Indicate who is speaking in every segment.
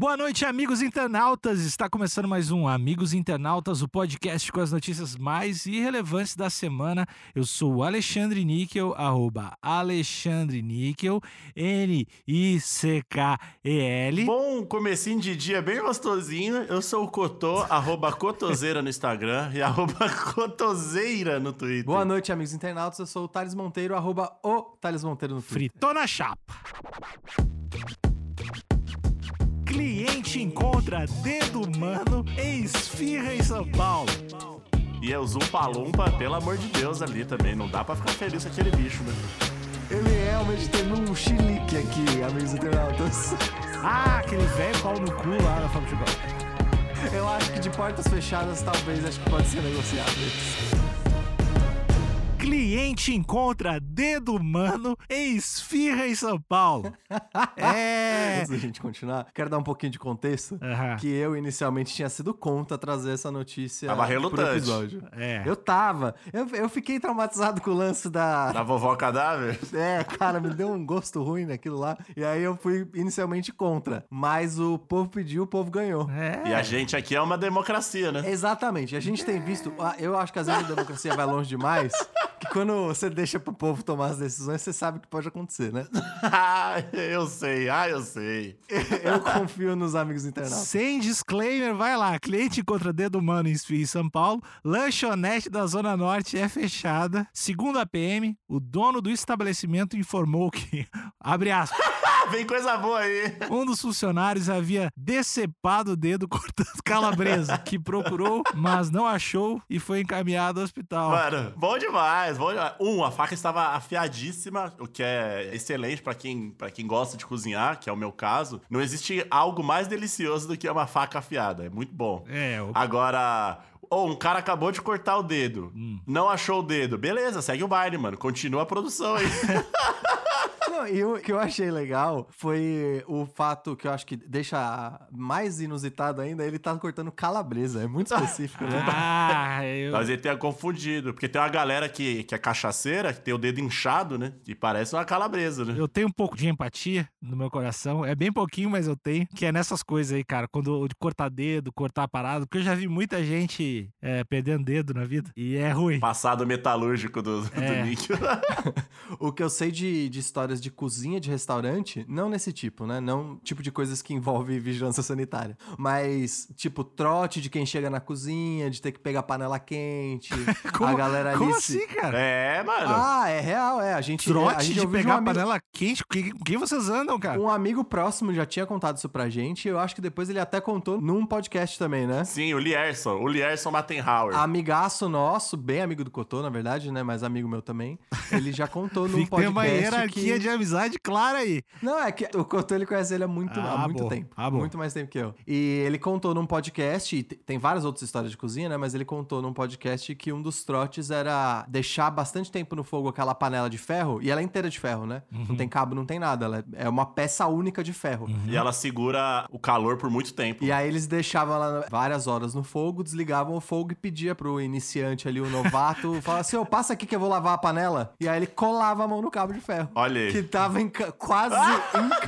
Speaker 1: Boa noite, amigos internautas. Está começando mais um Amigos Internautas, o podcast com as notícias mais irrelevantes da semana. Eu sou o Alexandre Níquel, arroba Alexandre Níquel, N-I-C-K-E-L.
Speaker 2: Bom comecinho de dia bem gostosinho. Eu sou o Cotô, arroba Cotoseira no Instagram e arroba Cotoseira no Twitter.
Speaker 3: Boa noite, amigos internautas. Eu sou o Thales Monteiro, arroba o Thales Monteiro no Twitter.
Speaker 1: Fritou na chapa. Cliente encontra dedo humano em esfirra em São Paulo.
Speaker 2: E é o Zumpalumpa, pelo amor de Deus, ali também. Não dá pra ficar feliz com aquele bicho, né?
Speaker 3: Ele é o meditando um chilique aqui, amigos internautas.
Speaker 1: Ah, aquele velho pau no cu lá na Fábio Chibau.
Speaker 3: Eu acho que de portas fechadas, talvez, acho que pode ser negociado.
Speaker 1: Cliente encontra dedo humano em esfirra em São Paulo. É.
Speaker 3: Antes da gente continuar, quero dar um pouquinho de contexto.
Speaker 1: Aham.
Speaker 3: Que eu inicialmente tinha sido contra trazer essa notícia
Speaker 2: Tava
Speaker 3: pro
Speaker 2: relutante.
Speaker 3: episódio.
Speaker 1: É.
Speaker 3: Eu tava. Eu, eu fiquei traumatizado com o lance da,
Speaker 2: Da vovó cadáver?
Speaker 3: É, cara, me deu um gosto ruim naquilo lá. E aí eu fui inicialmente contra. Mas o povo pediu, o povo ganhou.
Speaker 1: É.
Speaker 2: E a gente aqui é uma democracia,
Speaker 3: É.
Speaker 2: né?
Speaker 3: Exatamente. A gente tem visto. ah, Eu acho que às vezes a democracia vai longe demais. Que quando você deixa pro povo tomar as decisões, você sabe o que pode acontecer, né?
Speaker 2: ah, eu sei, ah, eu sei.
Speaker 3: Eu confio nos amigos internautas.
Speaker 1: É. Sem disclaimer, vai lá. Cliente contra dedo humano em Esfirra em São Paulo. Lanchonete da Zona Norte é fechada. Segundo a PM, o dono do estabelecimento informou que, abre aspas,
Speaker 2: Ah, vem coisa boa aí.
Speaker 1: um dos funcionários havia decepado o dedo cortando calabresa, que procurou, mas não achou e foi encaminhado ao hospital.
Speaker 2: Mano, bom demais, bom demais. Um, a faca estava afiadíssima, o que é excelente pra quem, pra quem gosta de cozinhar, que é o meu caso. Não existe algo mais delicioso do que uma faca afiada, é muito bom.
Speaker 1: É, o...
Speaker 2: Agora, ou um cara acabou de cortar o dedo,
Speaker 1: Hum.
Speaker 2: não achou o dedo. Beleza, segue o baile, mano. Continua a produção aí.
Speaker 3: Não, e o que eu achei legal foi o fato que eu acho que deixa mais inusitado ainda, ele tá cortando calabresa. É muito específico, né?
Speaker 1: Ah, eu...
Speaker 2: Mas ele tenha confundido, porque tem uma galera que, que é cachaceira, que tem o dedo inchado, né? E parece uma calabresa, né?
Speaker 1: Eu tenho um pouco de empatia no meu coração. É bem pouquinho, mas eu tenho. Que é nessas coisas aí, cara. Quando de cortar dedo, cortar parado. Porque eu já vi muita gente é, perdendo dedo na vida. E é ruim.
Speaker 2: Passado metalúrgico do, do
Speaker 1: É.
Speaker 2: Nick.
Speaker 3: O que eu sei de, de histórias de cozinha de restaurante, não nesse tipo, né? Não tipo de coisas que envolve vigilância sanitária. Mas, tipo, trote de quem chega na cozinha, de ter que pegar panela quente. a galera ali.
Speaker 1: Como
Speaker 3: se-
Speaker 1: assim, cara?
Speaker 2: É, mano.
Speaker 3: Ah, é real, é. A gente. a
Speaker 1: Trote
Speaker 3: gente
Speaker 1: de
Speaker 3: ouviu
Speaker 1: pegar
Speaker 3: um amigo,
Speaker 1: panela quente? Com que, com quem vocês andam, cara?
Speaker 3: Um amigo próximo já tinha contado isso pra gente. Eu acho que depois ele até contou num podcast também, né?
Speaker 2: Sim, o Lierson. O Lierson Mattenhauer.
Speaker 3: Ah, Amigaço nosso, bem amigo do Cotô, na verdade, né? Mas amigo meu também. Ele já contou num
Speaker 1: Tem que ter
Speaker 3: podcast.
Speaker 1: uma hierarquia
Speaker 3: que...
Speaker 1: de amizade clara aí.
Speaker 3: Não, é que o Cotô ele conhece ele há muito,
Speaker 1: Ah,
Speaker 3: há muito
Speaker 1: bom.
Speaker 3: tempo.
Speaker 1: Ah, bom.
Speaker 3: muito mais tempo que eu. E ele contou num podcast, e te- tem várias outras histórias de cozinha, né? Mas ele contou num podcast que um dos trotes era deixar bastante tempo no fogo aquela panela de ferro, e ela é inteira de ferro, né?
Speaker 1: Uhum.
Speaker 3: Não tem cabo, não tem nada. Ela é é uma peça única de ferro.
Speaker 2: E ela segura o calor por muito tempo.
Speaker 3: E aí eles deixavam ela várias horas no fogo, desligavam o fogo e pedia pro iniciante ali, o novato, falar assim, ô, passa aqui que eu vou lavar a panela. E aí ele colava a mão no cabo de ferro.
Speaker 2: Olha aí.
Speaker 3: Que tava enca- quase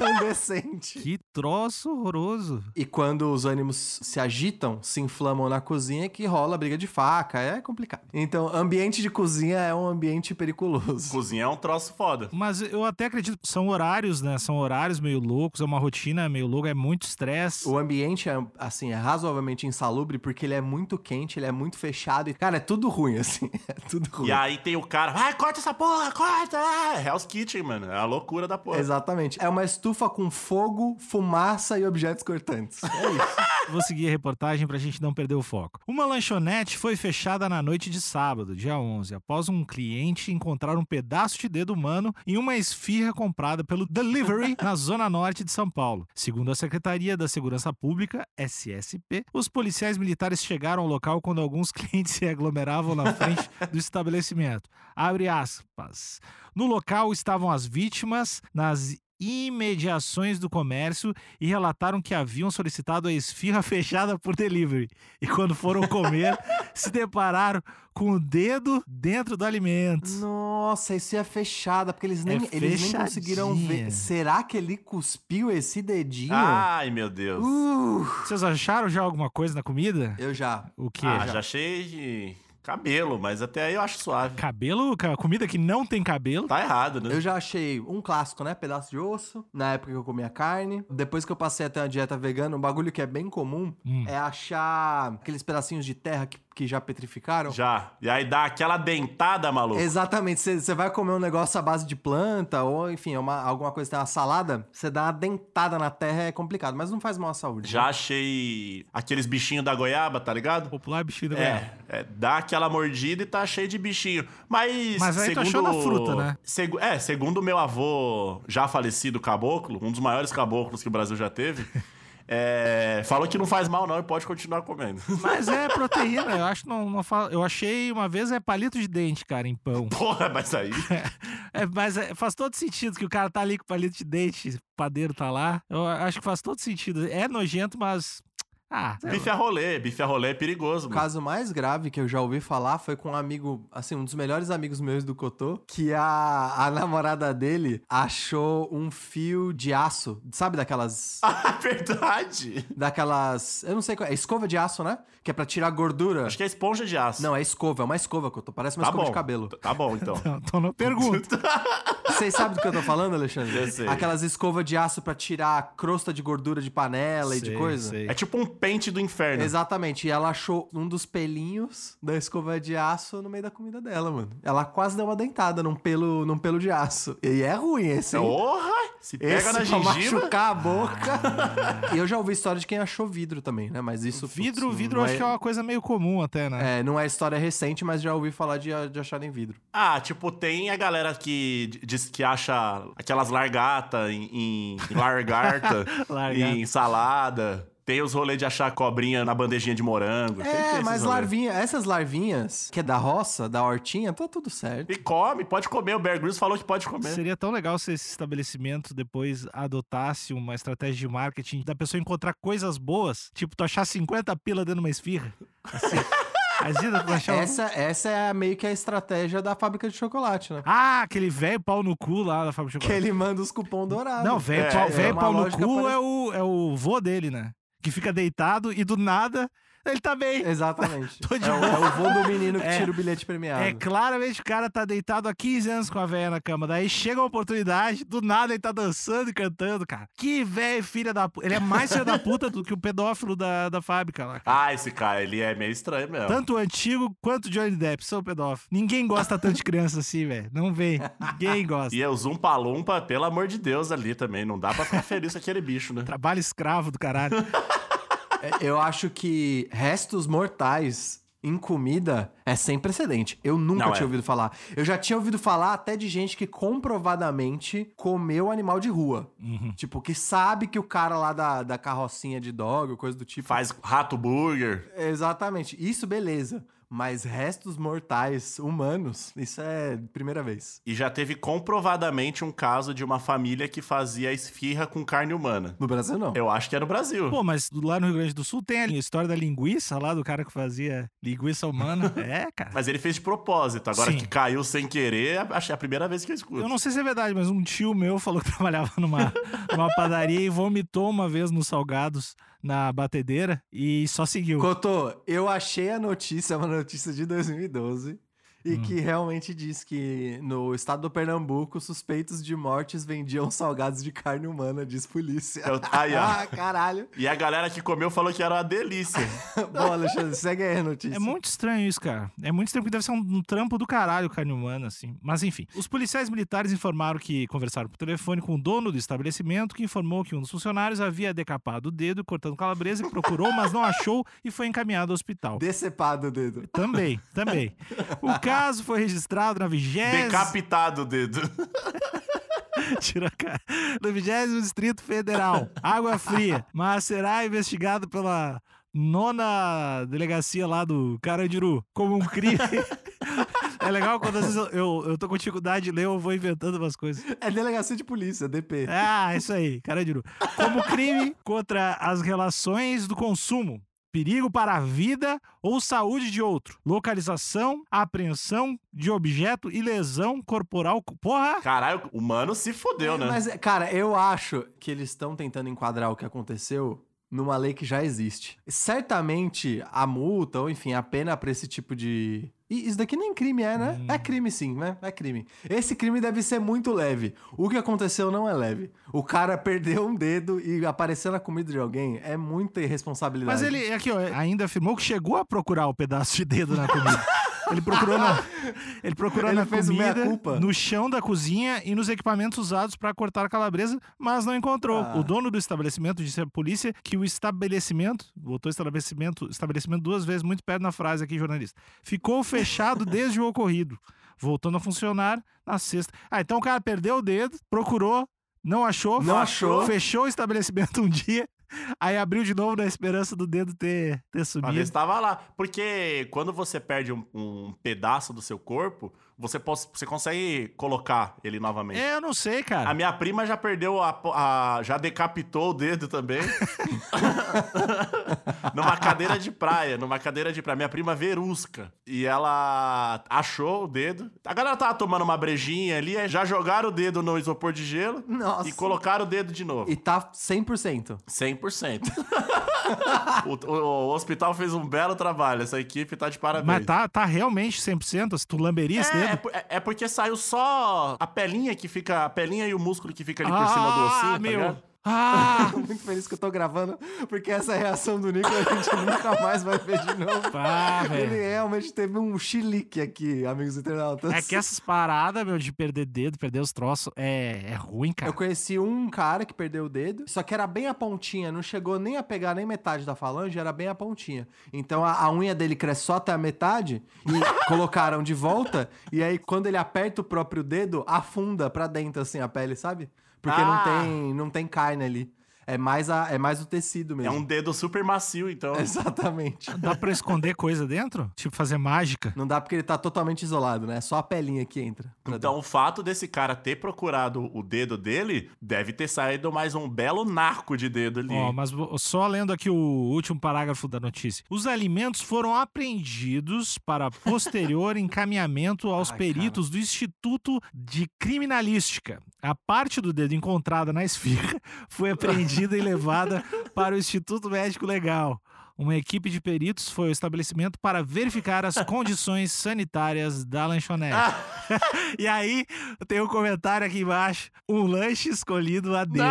Speaker 3: incandescente.
Speaker 1: Que troço horroroso.
Speaker 3: E quando os ânimos se agitam, se inflamam na cozinha, que rola briga de faca, é complicado. Então, ambiente de cozinha é um ambiente periculoso.
Speaker 2: Cozinha é um troço foda.
Speaker 1: Mas eu até acredito que são horários, né? São horários meio loucos, é uma rotina meio louca, é muito estresse.
Speaker 3: O ambiente é, assim, é razoavelmente insalubre porque ele é muito quente, ele é muito fechado e, cara, é tudo ruim, assim. É tudo ruim.
Speaker 2: E aí tem o cara, vai, corta essa porra, corta! Ah, Hell's Kitchen, mano. É a loucura da porra.
Speaker 3: Exatamente. É uma estufa com fogo, fumaça e objetos cortantes. É isso.
Speaker 1: Vou seguir a reportagem pra gente não perder o foco. Uma lanchonete foi fechada na noite de sábado, dia 11, após um cliente encontrar um pedaço de dedo humano em uma esfirra comprada pelo Delivery na zona norte de São Paulo. Segundo a Secretaria da Segurança Pública, SSP, os policiais militares chegaram ao local quando alguns clientes se aglomeravam na frente do estabelecimento. Abre aspas. No local estavam as vítimas nas imediações do comércio e relataram que haviam solicitado a esfirra fechada por delivery. E quando foram comer, se depararam com o dedo dentro do alimento.
Speaker 3: Nossa, isso é fechada, porque eles nem,
Speaker 1: É
Speaker 3: eles nem conseguiram
Speaker 1: fechadinha.
Speaker 3: ver. Será que ele cuspiu esse dedinho?
Speaker 1: Ah.
Speaker 2: Ai, meu Deus.
Speaker 3: Uh,
Speaker 1: Vocês acharam já alguma coisa na comida?
Speaker 3: eu já.
Speaker 1: O quê?
Speaker 2: ah, já achei de cabelo, mas até aí eu acho suave.
Speaker 1: Cabelo? Ca- Comida que não tem cabelo?
Speaker 2: Tá errado, né?
Speaker 3: Eu já achei um clássico, né? Pedaço de osso, na época que eu comia carne. Depois que eu passei a ter uma dieta vegana, um bagulho que é bem comum
Speaker 1: Hum.
Speaker 3: é achar aqueles pedacinhos de terra que, que já petrificaram.
Speaker 2: Já. E aí dá aquela dentada, maluco.
Speaker 3: Exatamente, você você vai comer um negócio à base de planta, ou enfim, é uma, alguma coisa que tem uma salada, você dá uma dentada na terra, é complicado, mas não faz mal à saúde.
Speaker 2: Já achei aqueles bichinhos da goiaba, tá ligado?
Speaker 1: Popular bichinho da
Speaker 2: É,
Speaker 1: goiaba.
Speaker 2: é, dá aquela mordida e tá cheio de bichinho. Mas.
Speaker 1: Mas aí tu
Speaker 2: segundo,
Speaker 1: achou na fruta, né?
Speaker 2: segu- é, segundo meu avô, já falecido caboclo, um dos maiores caboclos que o Brasil já teve, é, falou que não faz mal, não, e pode continuar comendo.
Speaker 1: Mas é proteína, eu acho que não, não fa- Eu achei uma vez é palito de dente, cara, em pão.
Speaker 2: Porra, mas aí.
Speaker 1: É, mas é- faz todo sentido que o cara tá ali com palito de dente, o padeiro tá lá. Eu acho que faz todo sentido. É nojento, mas. Ah, sei lá.
Speaker 2: bife a rolê, bife a rolê é perigoso,
Speaker 3: O
Speaker 2: mano.
Speaker 3: caso mais grave que eu já ouvi falar foi com um amigo, assim, um dos melhores amigos meus do Cotô, que a, a namorada dele achou um fio de aço, sabe daquelas...
Speaker 2: Ah, verdade!
Speaker 3: Daquelas... Eu não sei qual é, escova de aço, né? Que é pra tirar gordura.
Speaker 2: Acho que é esponja de aço.
Speaker 3: Não, é escova, é uma escova, Cotô, parece uma
Speaker 2: tá
Speaker 3: escova
Speaker 2: bom.
Speaker 3: de cabelo.
Speaker 2: Tá bom, então.
Speaker 1: Então, então não pergunta.
Speaker 3: Vocês sabem do que eu tô falando, Alexandre?
Speaker 2: Eu sei.
Speaker 3: Aquelas escovas de aço pra tirar a crosta de gordura de panela e de
Speaker 1: Sei,
Speaker 3: coisa.
Speaker 1: sei.
Speaker 2: É tipo um pente do inferno.
Speaker 3: Exatamente, e ela achou um dos pelinhos da escova de aço no meio da comida dela, mano. Ela quase deu uma dentada num pelo, num pelo de aço. E é ruim esse, hein?
Speaker 2: Porra! Se Então, pega
Speaker 3: Esse é
Speaker 2: na
Speaker 3: pra
Speaker 2: gengiva.
Speaker 3: machucar a boca. E eu já ouvi história de quem achou vidro também, né? Mas isso... putz,
Speaker 1: Vidro,
Speaker 3: não
Speaker 1: vidro, eu acho
Speaker 3: é-
Speaker 1: que é uma coisa meio comum até, né?
Speaker 3: É, não é história recente, mas já ouvi falar de, de acharem vidro.
Speaker 2: Ah, tipo, tem a galera que d- diz que acha aquelas largata em, em- em largarta,
Speaker 1: Largata.
Speaker 2: em salada. Tem os rolês de achar cobrinha na bandejinha de morango. Tem- tem
Speaker 3: É,
Speaker 2: esses rolês.
Speaker 3: mas larvinha, essas larvinhas, que é da roça, da hortinha, tá tudo certo.
Speaker 2: E come, pode comer. O Bear Grylls falou que pode comer.
Speaker 1: Seria tão legal se esse estabelecimento depois adotasse uma estratégia de marketing da pessoa encontrar coisas boas, tipo tu achar 50 pila dentro de uma esfirra. Assim, imagina tu achar um-
Speaker 3: Essa, essa é a- meio que a estratégia da fábrica de chocolate, né?
Speaker 1: Ah, aquele velho pau no cu lá da fábrica de
Speaker 3: Que
Speaker 1: chocolate.
Speaker 3: ele manda os cupom dourados.
Speaker 1: Não, velho
Speaker 2: É,
Speaker 1: pau,
Speaker 2: é
Speaker 1: velho
Speaker 3: uma
Speaker 1: pau no
Speaker 3: lógica
Speaker 1: cu
Speaker 3: pare-
Speaker 1: é, o, é o vô dele, né? Que fica deitado e do nada ele tá bem.
Speaker 2: É,
Speaker 3: Exatamente.
Speaker 1: Tô de
Speaker 3: é, o,
Speaker 1: boa.
Speaker 3: é o vô do menino que
Speaker 1: É.
Speaker 3: tira o bilhete premiado.
Speaker 1: É claramente o cara tá deitado há 15 anos com a véia na cama. Daí chega uma oportunidade, do nada ele tá dançando e cantando, cara. Que velho filha da puta. Ele é mais filha da puta do que o pedófilo da, da fábrica lá, cara.
Speaker 2: Ah, esse cara, ele é meio estranho mesmo.
Speaker 1: Tanto o antigo quanto o Johnny Depp, sou pedófilo. Ninguém gosta tanto de criança assim, velho. Não vem. Ninguém gosta.
Speaker 2: E é os umpa-lumpa, pelo amor de Deus, ali também. Não dá pra ficar feliz com aquele bicho, né?
Speaker 1: Trabalho escravo do caralho.
Speaker 3: É, Eu acho que restos mortais em comida é sem precedente. Eu nunca
Speaker 2: Não,
Speaker 3: tinha
Speaker 2: é.
Speaker 3: ouvido falar. Eu já tinha ouvido falar até de gente que comprovadamente comeu animal de rua.
Speaker 2: Uhum.
Speaker 3: Tipo, que sabe que o cara lá da, da carrocinha de dog, ou coisa do tipo.
Speaker 2: Faz rato burger.
Speaker 3: Exatamente. Isso, beleza. Mas restos mortais humanos, isso é primeira vez.
Speaker 2: E já teve comprovadamente um caso de uma família que fazia esfirra com carne humana.
Speaker 3: No Brasil, não.
Speaker 2: Eu acho que é no Brasil.
Speaker 1: Pô, mas lá no Rio Grande do Sul tem a história da linguiça lá, do cara que fazia linguiça humana. É, cara.
Speaker 2: Mas ele fez de propósito. Agora
Speaker 1: Sim.
Speaker 2: que caiu sem querer, achei a primeira vez que eu escuto.
Speaker 1: Eu não sei se é verdade, mas um tio meu falou que trabalhava numa, numa padaria e vomitou uma vez nos salgados na batedeira e só seguiu.
Speaker 3: Cotô, eu achei a notícia, uma notícia de 2012, e que realmente diz que no estado do Pernambuco, suspeitos de mortes vendiam salgados de carne humana, diz polícia.
Speaker 2: Eu- aí, ó.
Speaker 3: ah, caralho.
Speaker 2: E a galera que comeu falou que era uma delícia.
Speaker 3: Bom, Alexandre, segue aí a notícia.
Speaker 1: É muito estranho isso, cara. É muito estranho, porque deve ser um, um trampo do caralho carne humana, assim. Mas enfim. Os policiais militares informaram que conversaram por telefone com o dono do estabelecimento, que informou que um dos funcionários havia decapado o dedo, cortando calabresa, que procurou, mas não achou e foi encaminhado ao hospital.
Speaker 3: Decepado o dedo.
Speaker 1: Também, também. O caso foi registrado na
Speaker 3: É.
Speaker 1: vigésima.
Speaker 2: Decapitado o dedo.
Speaker 1: Tirou a cara. No 20 Distrito Federal. Água fria. Mas será investigado pela nona delegacia lá do Carandiru como um crime. É legal quando às vezes eu, eu, eu tô com dificuldade de ler, eu vou inventando umas coisas.
Speaker 3: É delegacia de polícia, DP.
Speaker 1: Ah, isso aí, Carandiru. Como crime contra as relações do consumo, perigo para a vida ou saúde de outro, localização, apreensão de objeto e lesão corporal. Porra!
Speaker 2: Caralho, o mano se fodeu, né?
Speaker 3: É, Mas, cara, eu acho que eles estão tentando enquadrar o que aconteceu numa lei que já existe. Certamente a multa, ou enfim, a pena pra esse tipo de. E isso daqui nem crime é, né? É crime sim, né? É crime. Esse crime deve ser muito leve. O que aconteceu não é leve. O cara perdeu um dedo e apareceu na comida de alguém é muita irresponsabilidade.
Speaker 1: Mas ele, aqui, ó, ainda afirmou que chegou a procurar o pedaço de dedo na comida. Ele procurou na, ele procurou
Speaker 3: Ele
Speaker 1: na
Speaker 3: fez o
Speaker 1: comida,
Speaker 3: meia-culpa?
Speaker 1: no chão da cozinha e nos equipamentos usados para cortar a calabresa, mas não encontrou.
Speaker 3: Ah.
Speaker 1: O dono do estabelecimento disse à polícia que o estabelecimento, botou estabelecimento, estabelecimento duas vezes muito perto na frase aqui, jornalista, ficou fechado desde o ocorrido, voltando a funcionar na sexta. Ah, então o cara perdeu o dedo, procurou, não achou,
Speaker 3: Não achou.
Speaker 1: fechou o estabelecimento um dia, aí abriu de novo na esperança do dedo ter, ter
Speaker 2: Pra ver
Speaker 1: sumido.
Speaker 2: se tava lá. Porque quando você perde um, um pedaço do seu corpo, você, pos- você consegue colocar ele novamente.
Speaker 1: É, eu não sei, cara.
Speaker 2: A minha prima já perdeu a, po- a- já decapitou o dedo também. numa cadeira de praia, numa cadeira de praia. Minha prima verusca. E ela achou o dedo. A galera tava tomando uma brejinha ali, aí já jogaram o dedo no isopor de gelo
Speaker 3: Nossa.
Speaker 2: e colocaram o dedo de novo.
Speaker 3: E tá 100%.
Speaker 2: 100%. o, o- o hospital fez um belo trabalho, essa equipe tá de parabéns.
Speaker 1: Mas tá, tá realmente 100%? Se tu lamberia esse
Speaker 2: É, é
Speaker 1: dedo?
Speaker 2: por- é, é porque saiu só a pelinha que fica. A pelinha e o músculo que fica ali por
Speaker 1: ah,
Speaker 2: cima do ossinho, tá
Speaker 1: meu.
Speaker 2: ligado?
Speaker 1: ah,
Speaker 3: Tô muito feliz que eu tô gravando, porque essa reação do Nico a gente nunca mais vai ver de novo.
Speaker 1: pá,
Speaker 3: Ele
Speaker 1: velho.
Speaker 3: realmente teve um chilique aqui, amigos internautas.
Speaker 1: É que essas paradas, meu, de perder dedo, perder os troços, é, é ruim,
Speaker 3: Eu
Speaker 1: cara.
Speaker 3: conheci um cara que perdeu o dedo, só que era bem a pontinha, não chegou nem a pegar nem metade da falange, era bem a pontinha. Então a, a unha dele cresce só até a metade e colocaram de volta, e aí quando ele aperta o próprio dedo, afunda pra dentro assim a pele, sabe? Porque
Speaker 2: Ah.
Speaker 3: não tem não tem carne ali. É mais a, é mais o tecido
Speaker 2: É
Speaker 3: mesmo.
Speaker 2: um dedo super macio, então.
Speaker 3: Exatamente.
Speaker 1: Dá pra esconder coisa dentro? Tipo, fazer mágica?
Speaker 3: Não dá porque ele tá totalmente isolado, né? É só a pelinha que entra. pra
Speaker 2: Então, o fato desse cara ter procurado o dedo dele deve ter saído mais um belo narco de dedo ali.
Speaker 1: Ó, mas vou- só lendo aqui o último parágrafo da notícia. Os alimentos foram apreendidos para posterior encaminhamento aos
Speaker 3: Ai,
Speaker 1: peritos do Instituto de Criminalística. A parte do dedo encontrada na esfirra foi apreendida e levada para o Instituto Médico Legal. Uma equipe de peritos foi ao estabelecimento para verificar as condições sanitárias da lanchonete. e aí, tem um comentário aqui embaixo: um lanche escolhido a dedo.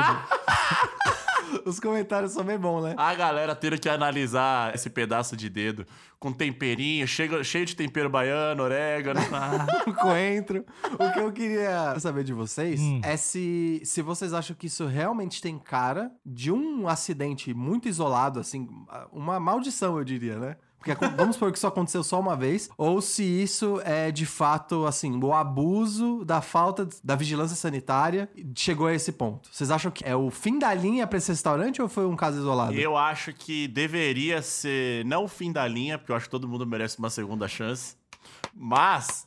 Speaker 3: dentro. Os comentários são bem bons, né?
Speaker 2: A galera tendo que analisar esse pedaço de dedo com temperinho, cheio, cheio de tempero baiano, orégano. Ah,
Speaker 3: o coentro. O que eu queria saber de vocês
Speaker 1: Hum.
Speaker 3: é se, se vocês acham que isso realmente tem cara de um acidente muito isolado, assim, uma maldição, eu diria, né? Porque acon- vamos supor que isso aconteceu só uma vez, ou se isso é de fato, assim, o abuso da falta de- da vigilância sanitária chegou a esse ponto. Vocês acham que é o fim da linha pra esse restaurante ou foi um caso isolado?
Speaker 2: Eu acho que deveria ser, não o fim da linha, porque eu acho que todo mundo merece uma segunda chance. Mas.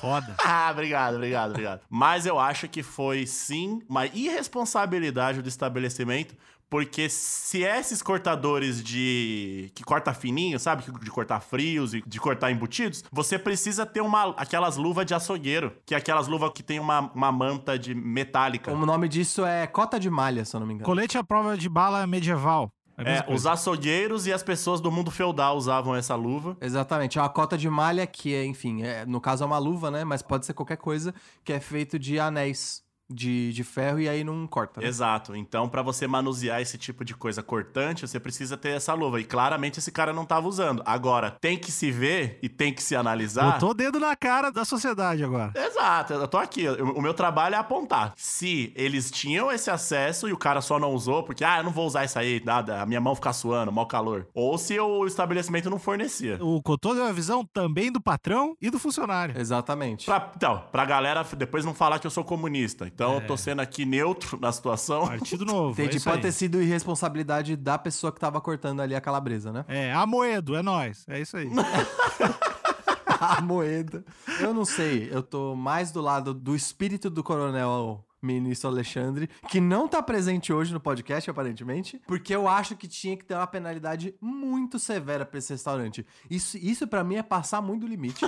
Speaker 1: Foda.
Speaker 2: Ah, obrigado, obrigado, obrigado. Mas eu acho que foi sim uma irresponsabilidade do estabelecimento, porque se esses cortadores de que corta fininho, sabe, Que- de cortar frios e de cortar embutidos, você precisa ter uma aquelas luvas de açougueiro, que é aquelas luvas que tem uma, uma manta de metálica.
Speaker 3: O nome disso é cota de malha, se eu não me engano.
Speaker 1: Colete à prova de bala medieval. a mesma
Speaker 2: É,
Speaker 1: coisa.
Speaker 2: os açougueiros e as pessoas do mundo feudal usavam essa luva.
Speaker 3: Exatamente, é uma cota de malha que, é, enfim, é, no caso é uma luva, né? Mas pode ser qualquer coisa que é feito de anéis de, de ferro e aí não corta. né?
Speaker 2: Exato. Então, pra você manusear esse tipo de coisa cortante, você precisa ter essa luva. E claramente esse cara não tava usando. Agora, tem que se ver e tem que se analisar.
Speaker 1: Botou o dedo na cara da sociedade agora.
Speaker 2: Exato, eu tô aqui. O o meu trabalho é apontar. Se eles tinham esse acesso e o cara só não usou, porque, ah, eu não vou usar isso aí, nada, a minha mão fica suando, mau calor. Ou se o estabelecimento não fornecia.
Speaker 1: O Cotô deu a visão também do patrão e do
Speaker 3: É.
Speaker 1: funcionário.
Speaker 3: Exatamente.
Speaker 2: Pra, então, pra galera depois não falar que eu sou comunista. Então, eu tô sendo aqui neutro na situação.
Speaker 1: Partido novo.
Speaker 3: Entendi,
Speaker 1: é isso
Speaker 3: pode
Speaker 1: aí.
Speaker 3: ter sido irresponsabilidade da pessoa que tava cortando ali a calabresa, né?
Speaker 1: É, Amoedo, é nós. É isso aí.
Speaker 3: a moeda. Eu não sei, eu tô mais do lado do espírito do coronel ministro Alexandre, que não tá presente hoje no podcast, aparentemente, porque eu acho que tinha que ter uma penalidade muito severa pra esse restaurante. Isso, isso para mim é passar muito o limite.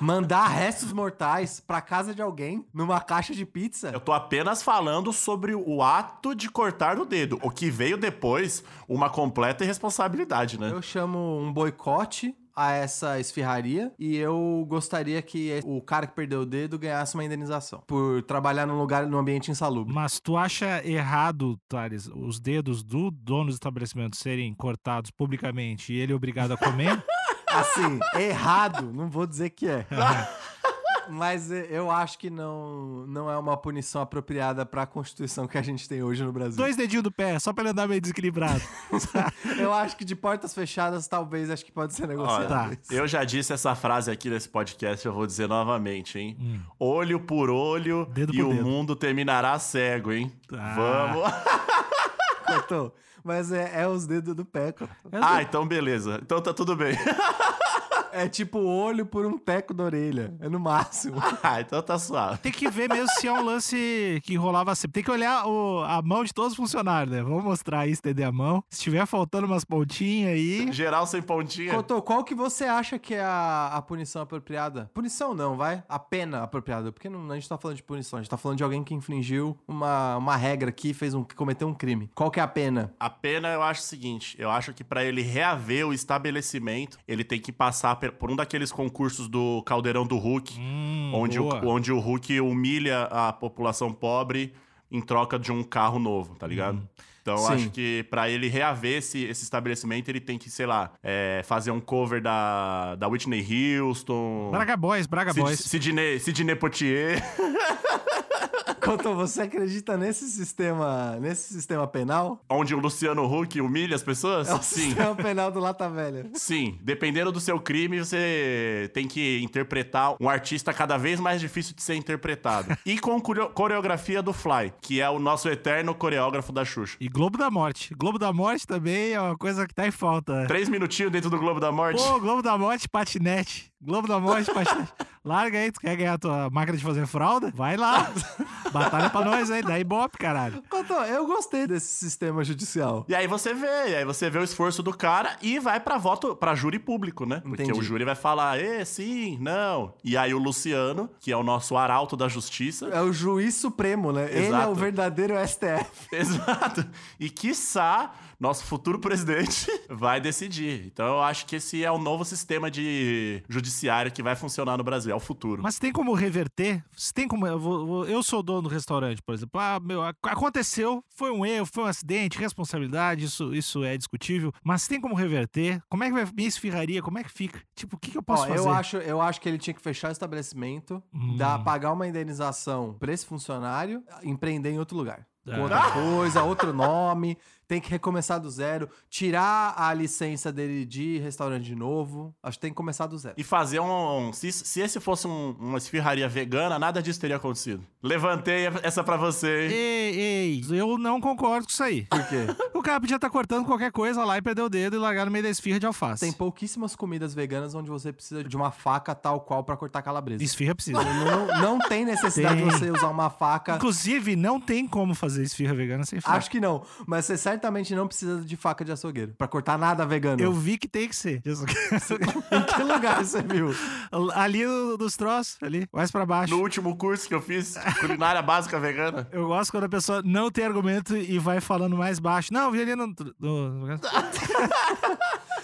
Speaker 3: Mandar restos mortais pra casa de alguém numa caixa de pizza.
Speaker 2: Eu tô apenas falando sobre o ato de cortar o dedo, o que veio depois, uma completa irresponsabilidade, né?
Speaker 3: Eu chamo um boicote a essa esfirraria e eu gostaria que o cara que perdeu o dedo ganhasse uma indenização por trabalhar num lugar, num ambiente insalubre.
Speaker 1: Mas tu acha errado, Thales, os dedos do dono do estabelecimento serem cortados publicamente e ele é obrigado a comer?
Speaker 3: Assim, errado, não vou dizer que é. Mas eh, eu acho que não, não é uma punição apropriada pra Constituição que a gente tem hoje no Brasil.
Speaker 1: Dois dedinhos do pé, só pra ele andar meio desequilibrado.
Speaker 3: Eu acho que de portas fechadas, talvez, acho que pode ser negociado.
Speaker 1: tá.
Speaker 3: isso.
Speaker 2: Eu já disse essa frase aqui nesse podcast, eu vou dizer novamente, hein? Olho por olho
Speaker 1: Hum. Dedo
Speaker 2: e
Speaker 1: por
Speaker 2: o
Speaker 1: dedo.
Speaker 2: mundo terminará cego, hein?
Speaker 1: Tá.
Speaker 2: Vamos.
Speaker 3: Cotô, Mas é, é os dedos do pé, Cotô.
Speaker 2: ah, então beleza. Então tá tudo bem.
Speaker 3: É tipo olho por um teco da orelha. É no máximo.
Speaker 2: ah, então tá suave.
Speaker 1: Tem que ver mesmo se é um lance que rolava sempre. Tem que olhar o- a mão de todos os funcionários, né? Vamos mostrar aí, estender a mão. Se tiver faltando umas pontinhas aí.
Speaker 2: Geral sem pontinha.
Speaker 3: Cotô, qual que você acha que é a, a punição apropriada? Punição não, vai? A pena apropriada. Porque não, a gente tá falando de punição, a gente tá falando de alguém que infringiu uma, uma regra aqui, fez um, que cometeu um crime. Qual que é a pena?
Speaker 2: A pena, eu acho o seguinte: eu acho que pra ele reaver o estabelecimento, ele tem que passar per- por um daqueles concursos do Caldeirão do Hulk,
Speaker 1: Hum,
Speaker 2: onde, o,
Speaker 1: boa.
Speaker 2: onde o Hulk humilha a população pobre em troca de um carro novo, tá ligado? Então, eu
Speaker 3: Sim.
Speaker 2: acho que pra ele reaver esse, esse estabelecimento, ele tem que, sei lá, é, fazer um cover da, da Whitney Houston.
Speaker 1: Braga Boys, Braga
Speaker 2: Sid-
Speaker 1: Boys.
Speaker 2: Sidney, Sidney Poitier.
Speaker 3: Cotô, você acredita nesse sistema, nesse sistema penal?
Speaker 2: Onde o Luciano Huck humilha as pessoas?
Speaker 3: É o
Speaker 2: Sim.
Speaker 3: sistema penal do Lata Velha.
Speaker 2: Sim, dependendo do seu crime, você tem que interpretar um artista cada vez mais difícil de ser interpretado. e com coreo- coreografia do Fly, que é o nosso eterno coreógrafo da Xuxa.
Speaker 1: E Globo da Morte. Globo da Morte também é uma coisa que tá em falta.
Speaker 2: Três minutinhos dentro do Globo da Morte.
Speaker 1: Pô, Globo da Morte, patinete. Globo da Morte, patinete. Larga aí, tu quer ganhar tua máquina de fazer fralda? Vai lá. Batalha pra nós aí, dá ibope, caralho.
Speaker 3: Cotô, eu gostei desse sistema judicial.
Speaker 2: E aí você vê, e aí você vê o esforço do cara e vai pra voto, para júri público, né? Porque
Speaker 3: Entendi.
Speaker 2: o júri vai falar, é, sim, não. E aí o Luciano, que é o nosso arauto da justiça,
Speaker 3: É o juiz supremo, né? Ele é o
Speaker 2: Exato.
Speaker 3: verdadeiro STF.
Speaker 1: É.
Speaker 2: Exato. E quiçá, nosso futuro presidente vai decidir. Então eu acho que esse é o novo sistema de judiciário que vai funcionar no Brasil, é o futuro.
Speaker 1: Mas tem como reverter? Se tem como. Eu, vou- vou- eu sou dono do restaurante, por exemplo. Ah, meu, ac- aconteceu, foi um erro, foi um acidente, responsabilidade, isso, isso é discutível. Mas tem como reverter? Como é que vai minha esfirraria? Como é que fica? Tipo, o que, que eu posso
Speaker 3: Ó,
Speaker 1: fazer?
Speaker 3: eu acho, eu acho que ele tinha que fechar o estabelecimento,
Speaker 1: Hum.
Speaker 3: dar, pagar uma indenização pra esse funcionário, empreender em outro lugar.
Speaker 1: É.
Speaker 3: Com outra coisa, outro nome, tem que recomeçar do zero, tirar a licença dele de restaurante de novo. Acho que tem que começar do zero.
Speaker 2: E fazer um. um- se, se esse fosse um- uma esfirraria vegana, nada disso teria acontecido. Levantei essa pra você. hein?
Speaker 1: Ei, ei, eu não concordo com isso aí.
Speaker 3: Por quê?
Speaker 1: O cara podia estar cortando qualquer coisa lá e perder o dedo e largar no meio da esfirra de alface.
Speaker 3: tem pouquíssimas comidas veganas onde você precisa de uma faca tal qual pra cortar calabresa.
Speaker 1: Esfirra precisa.
Speaker 3: Não, não tem necessidade
Speaker 1: Tem.
Speaker 3: de você usar uma faca
Speaker 1: Inclusive, não tem como fazer esfirra vegana sem faca.
Speaker 3: Acho que não, mas você certamente não precisa de faca de açougueiro pra cortar nada vegano.
Speaker 1: Eu vi que tem que ser.
Speaker 3: Em que lugar você viu?
Speaker 1: ali no- nos troços, ali, mais pra baixo.
Speaker 2: No último curso que eu fiz, culinária básica vegana.
Speaker 1: Eu gosto quando a pessoa não tem argumento e vai falando mais baixo. Não, eu vi ali no. no-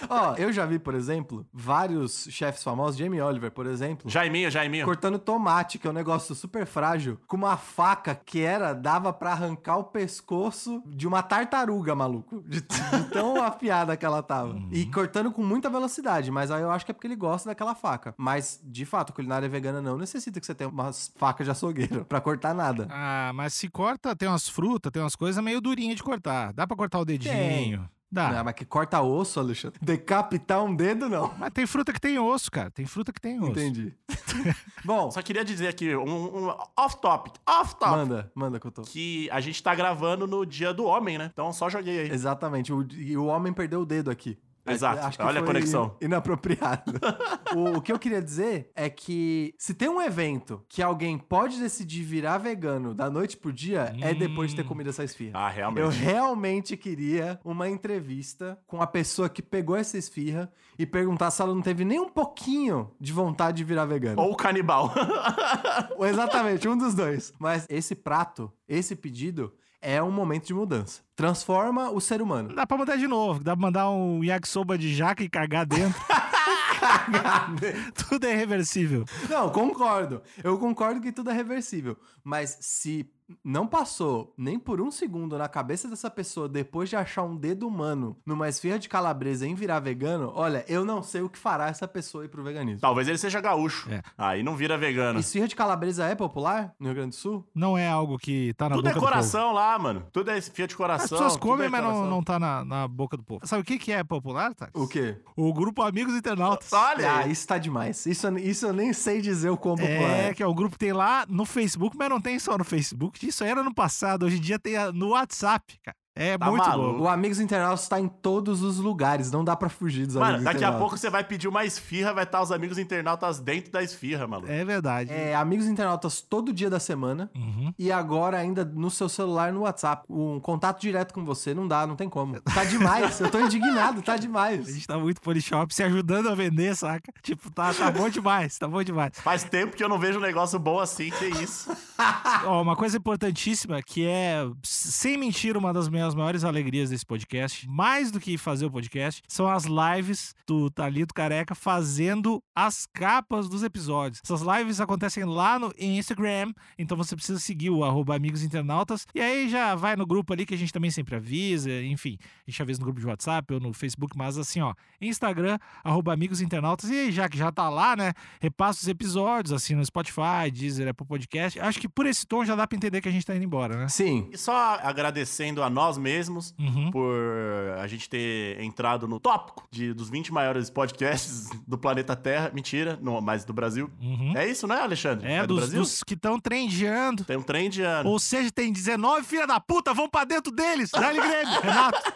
Speaker 3: Ó, eu já vi, por exemplo, vários chefes famosos, Jamie Oliver, por exemplo,
Speaker 2: Jaiminho, Jaiminho.
Speaker 3: cortando tomate, que é um negócio super frágil, com uma faca que era dava pra arrancar o pescoço de uma tartaruga, maluco. De, t- de tão afiada que ela tava. E cortando com muita velocidade, mas aí eu acho que é porque ele gosta daquela faca. Mas, de fato, culinária vegana não necessita que você tenha uma faca de açougueiro pra cortar nada.
Speaker 1: Ah, mas se corta, tem umas frutas, tem umas coisas meio durinhas de cortar. Dá pra cortar o dedinho.
Speaker 3: Tem.
Speaker 1: Dá.
Speaker 3: Não, Né, mas que corta osso, Alexandre. Decapitar um dedo, não.
Speaker 1: Mas tem fruta que tem osso, cara. Tem fruta que tem osso.
Speaker 3: Entendi. Bom,
Speaker 2: Só queria dizer aqui, um, um off-topic, off-topic.
Speaker 3: manda, manda que eu tô.
Speaker 2: Que a gente tá gravando no Dia do Homem, né? Então só joguei aí.
Speaker 3: Exatamente. O, e o homem perdeu o dedo aqui. É,
Speaker 2: Exato.
Speaker 3: Acho que
Speaker 2: Olha a
Speaker 3: foi
Speaker 2: conexão.
Speaker 3: Inapropriado. o, o que eu queria dizer é que se tem um evento que alguém pode decidir virar vegano da noite pro dia, é depois de ter comido essa esfirra.
Speaker 2: Ah, realmente.
Speaker 3: Eu realmente queria uma entrevista com a pessoa que pegou essa esfirra e perguntar se ela não teve nem um pouquinho de vontade de virar vegana.
Speaker 2: Ou o canibal.
Speaker 3: Exatamente, um dos dois. Mas esse prato, esse pedido, é um momento de mudança. Transforma o ser humano.
Speaker 1: Dá pra mudar de novo. Dá pra mandar um yakisoba de jaca e cagar dentro. Tudo é reversível.
Speaker 3: Não, concordo. Eu concordo que tudo é reversível. Mas se não passou nem por um segundo na cabeça dessa pessoa depois de achar um dedo humano numa esfirra de calabresa em virar vegano, olha, eu não sei o que fará essa pessoa ir pro veganismo.
Speaker 2: Talvez ele seja gaúcho.
Speaker 1: É.
Speaker 2: Aí não vira vegano.
Speaker 3: Esfirra de calabresa é popular no Rio Grande do Sul?
Speaker 1: Não é algo que tá na
Speaker 2: Tudo é
Speaker 1: boca do povo.
Speaker 2: coração lá, mano. Tudo é fia de coração.
Speaker 1: As pessoas
Speaker 2: tudo
Speaker 1: comem,
Speaker 2: é
Speaker 1: mas não,
Speaker 2: coração.
Speaker 1: não tá na, na boca do povo. Sabe o que, que é popular, Thales?
Speaker 3: O quê?
Speaker 1: O grupo Amigos Internautas.
Speaker 2: Olha!
Speaker 3: Ah,
Speaker 2: aí.
Speaker 3: isso tá demais. Isso, isso eu nem sei dizer o quão popular
Speaker 1: É, que é o grupo que tem lá no Facebook, mas não tem só no Facebook. Isso era no passado. Hoje em dia tem a- no WhatsApp, cara. É
Speaker 2: Tá
Speaker 1: muito
Speaker 2: maluco.
Speaker 1: louco.
Speaker 3: O Amigos Internautas tá em todos os lugares, não dá pra fugir dos
Speaker 2: Mano,
Speaker 3: Amigos
Speaker 2: daqui a
Speaker 3: Internautas.
Speaker 2: pouco você vai pedir uma esfirra, vai estar os amigos internautas dentro da esfirra, maluco.
Speaker 1: É verdade.
Speaker 3: É, Amigos Internautas todo dia da semana.
Speaker 1: Uhum.
Speaker 3: E agora ainda no seu celular, no WhatsApp. Um contato direto com você não dá, não tem como. Tá demais, eu tô indignado, tá
Speaker 1: A
Speaker 3: demais.
Speaker 1: gente tá muito Polishop se ajudando a vender, saca? Tipo, tá, tá bom demais, tá bom demais.
Speaker 2: Faz tempo que eu não vejo um negócio bom assim, que isso.
Speaker 1: Ó, uma coisa importantíssima que é, sem mentira, uma das minhas maiores alegrias desse podcast, mais do que fazer o podcast, são as lives do Talito Careca fazendo as capas dos episódios. Essas lives acontecem lá no Instagram, então você precisa seguir o arroba amigos internautas, e aí já vai no grupo ali que a gente também sempre avisa, enfim, a gente avisa no grupo de WhatsApp ou no Facebook, mas assim, ó, Instagram, arroba amigos internautas, e aí, já que já tá lá, né, repassa os episódios, assim, no Spotify, Deezer, Apple Podcast. Acho que por esse tom já dá pra entender que a gente tá indo embora, né?
Speaker 3: Sim.
Speaker 2: E só agradecendo a nós mesmos
Speaker 1: Uhum.
Speaker 2: por a gente ter entrado no tópico de, dos 20 maiores podcasts do planeta Terra. Mentira, não, mas do Brasil.
Speaker 1: Uhum.
Speaker 2: É isso, né, Alexandre?
Speaker 1: É,
Speaker 2: do
Speaker 1: dos,
Speaker 2: Brasil?
Speaker 1: dos que estão trendeando.
Speaker 2: Tem um trem de ano.
Speaker 1: Ou seja, tem 19 filha da puta, vão pra dentro deles! Dá-lhe Grêmio, Renato!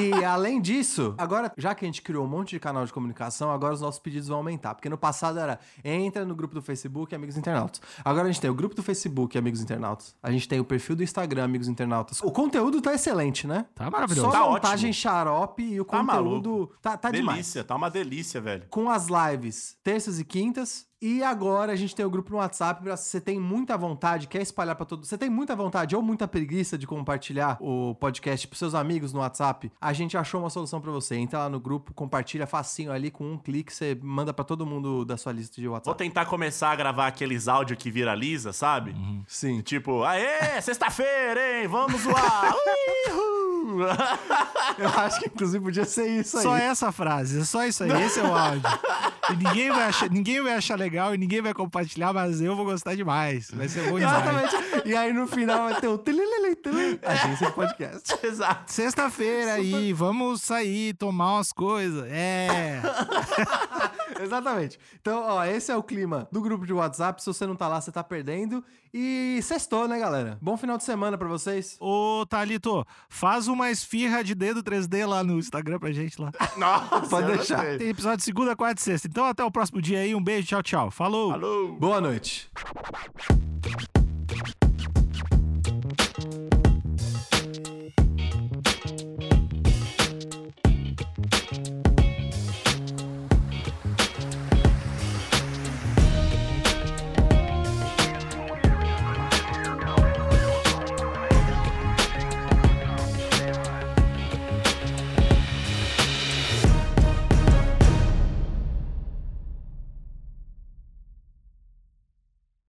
Speaker 3: E além disso, agora, já que a gente criou um monte de canal de comunicação, agora os nossos pedidos vão aumentar. Porque no passado era entra no grupo do Facebook, Amigos Internautas. Agora a gente tem o grupo do Facebook, Amigos Internautas. A gente tem o perfil do Instagram, Amigos Internautas. O conteúdo tá excelente, né?
Speaker 1: Tá maravilhoso.
Speaker 3: Só
Speaker 2: Tá
Speaker 3: montagem
Speaker 2: ótimo.
Speaker 3: xarope e o
Speaker 2: Tá
Speaker 3: conteúdo tá, tá demais.
Speaker 2: delícia, tá uma delícia, velho.
Speaker 3: com as lives terças e quintas. E agora a gente tem o grupo no WhatsApp pra se você tem muita vontade, quer espalhar pra todo, você tem muita vontade ou muita preguiça de compartilhar o podcast pros seus amigos no WhatsApp, a gente achou uma solução pra você. Entra lá no grupo, compartilha facinho ali com um clique, você manda pra todo mundo da sua lista de
Speaker 2: Vou
Speaker 1: Tá.
Speaker 3: WhatsApp.
Speaker 2: tentar começar a gravar aqueles áudios que viraliza, sabe?
Speaker 1: Uhum.
Speaker 3: Sim.
Speaker 2: Tipo, aê, sexta-feira, hein? Vamos zoar! Uihu!
Speaker 3: Eu acho que inclusive podia ser isso aí.
Speaker 1: Só essa frase, é só isso aí, esse é o áudio. E ninguém vai, achar, ninguém vai achar legal e ninguém vai compartilhar, mas eu vou gostar demais. Vai ser bom demais.
Speaker 3: Exatamente. e aí no final vai ter o tililili, tililili,
Speaker 1: É.
Speaker 3: agência de podcast.
Speaker 2: Exato.
Speaker 1: Sexta-feira aí, vamos sair, tomar umas coisas. É.
Speaker 3: Exatamente. Então, ó, esse é o clima do grupo de WhatsApp. Se você não tá lá, você tá perdendo. E sextou, né, galera? Bom final de semana pra vocês.
Speaker 1: Ô, Thalito, faz uma esfirra de dedo 3D lá no Instagram pra gente lá.
Speaker 2: Nossa,
Speaker 3: Pode
Speaker 2: eu
Speaker 3: deixar.
Speaker 2: gostei.
Speaker 1: Tem episódio de segunda, quarta e sexta. Então até o próximo dia aí. Um beijo, tchau, tchau. Falou!
Speaker 2: Falou!
Speaker 3: Boa noite.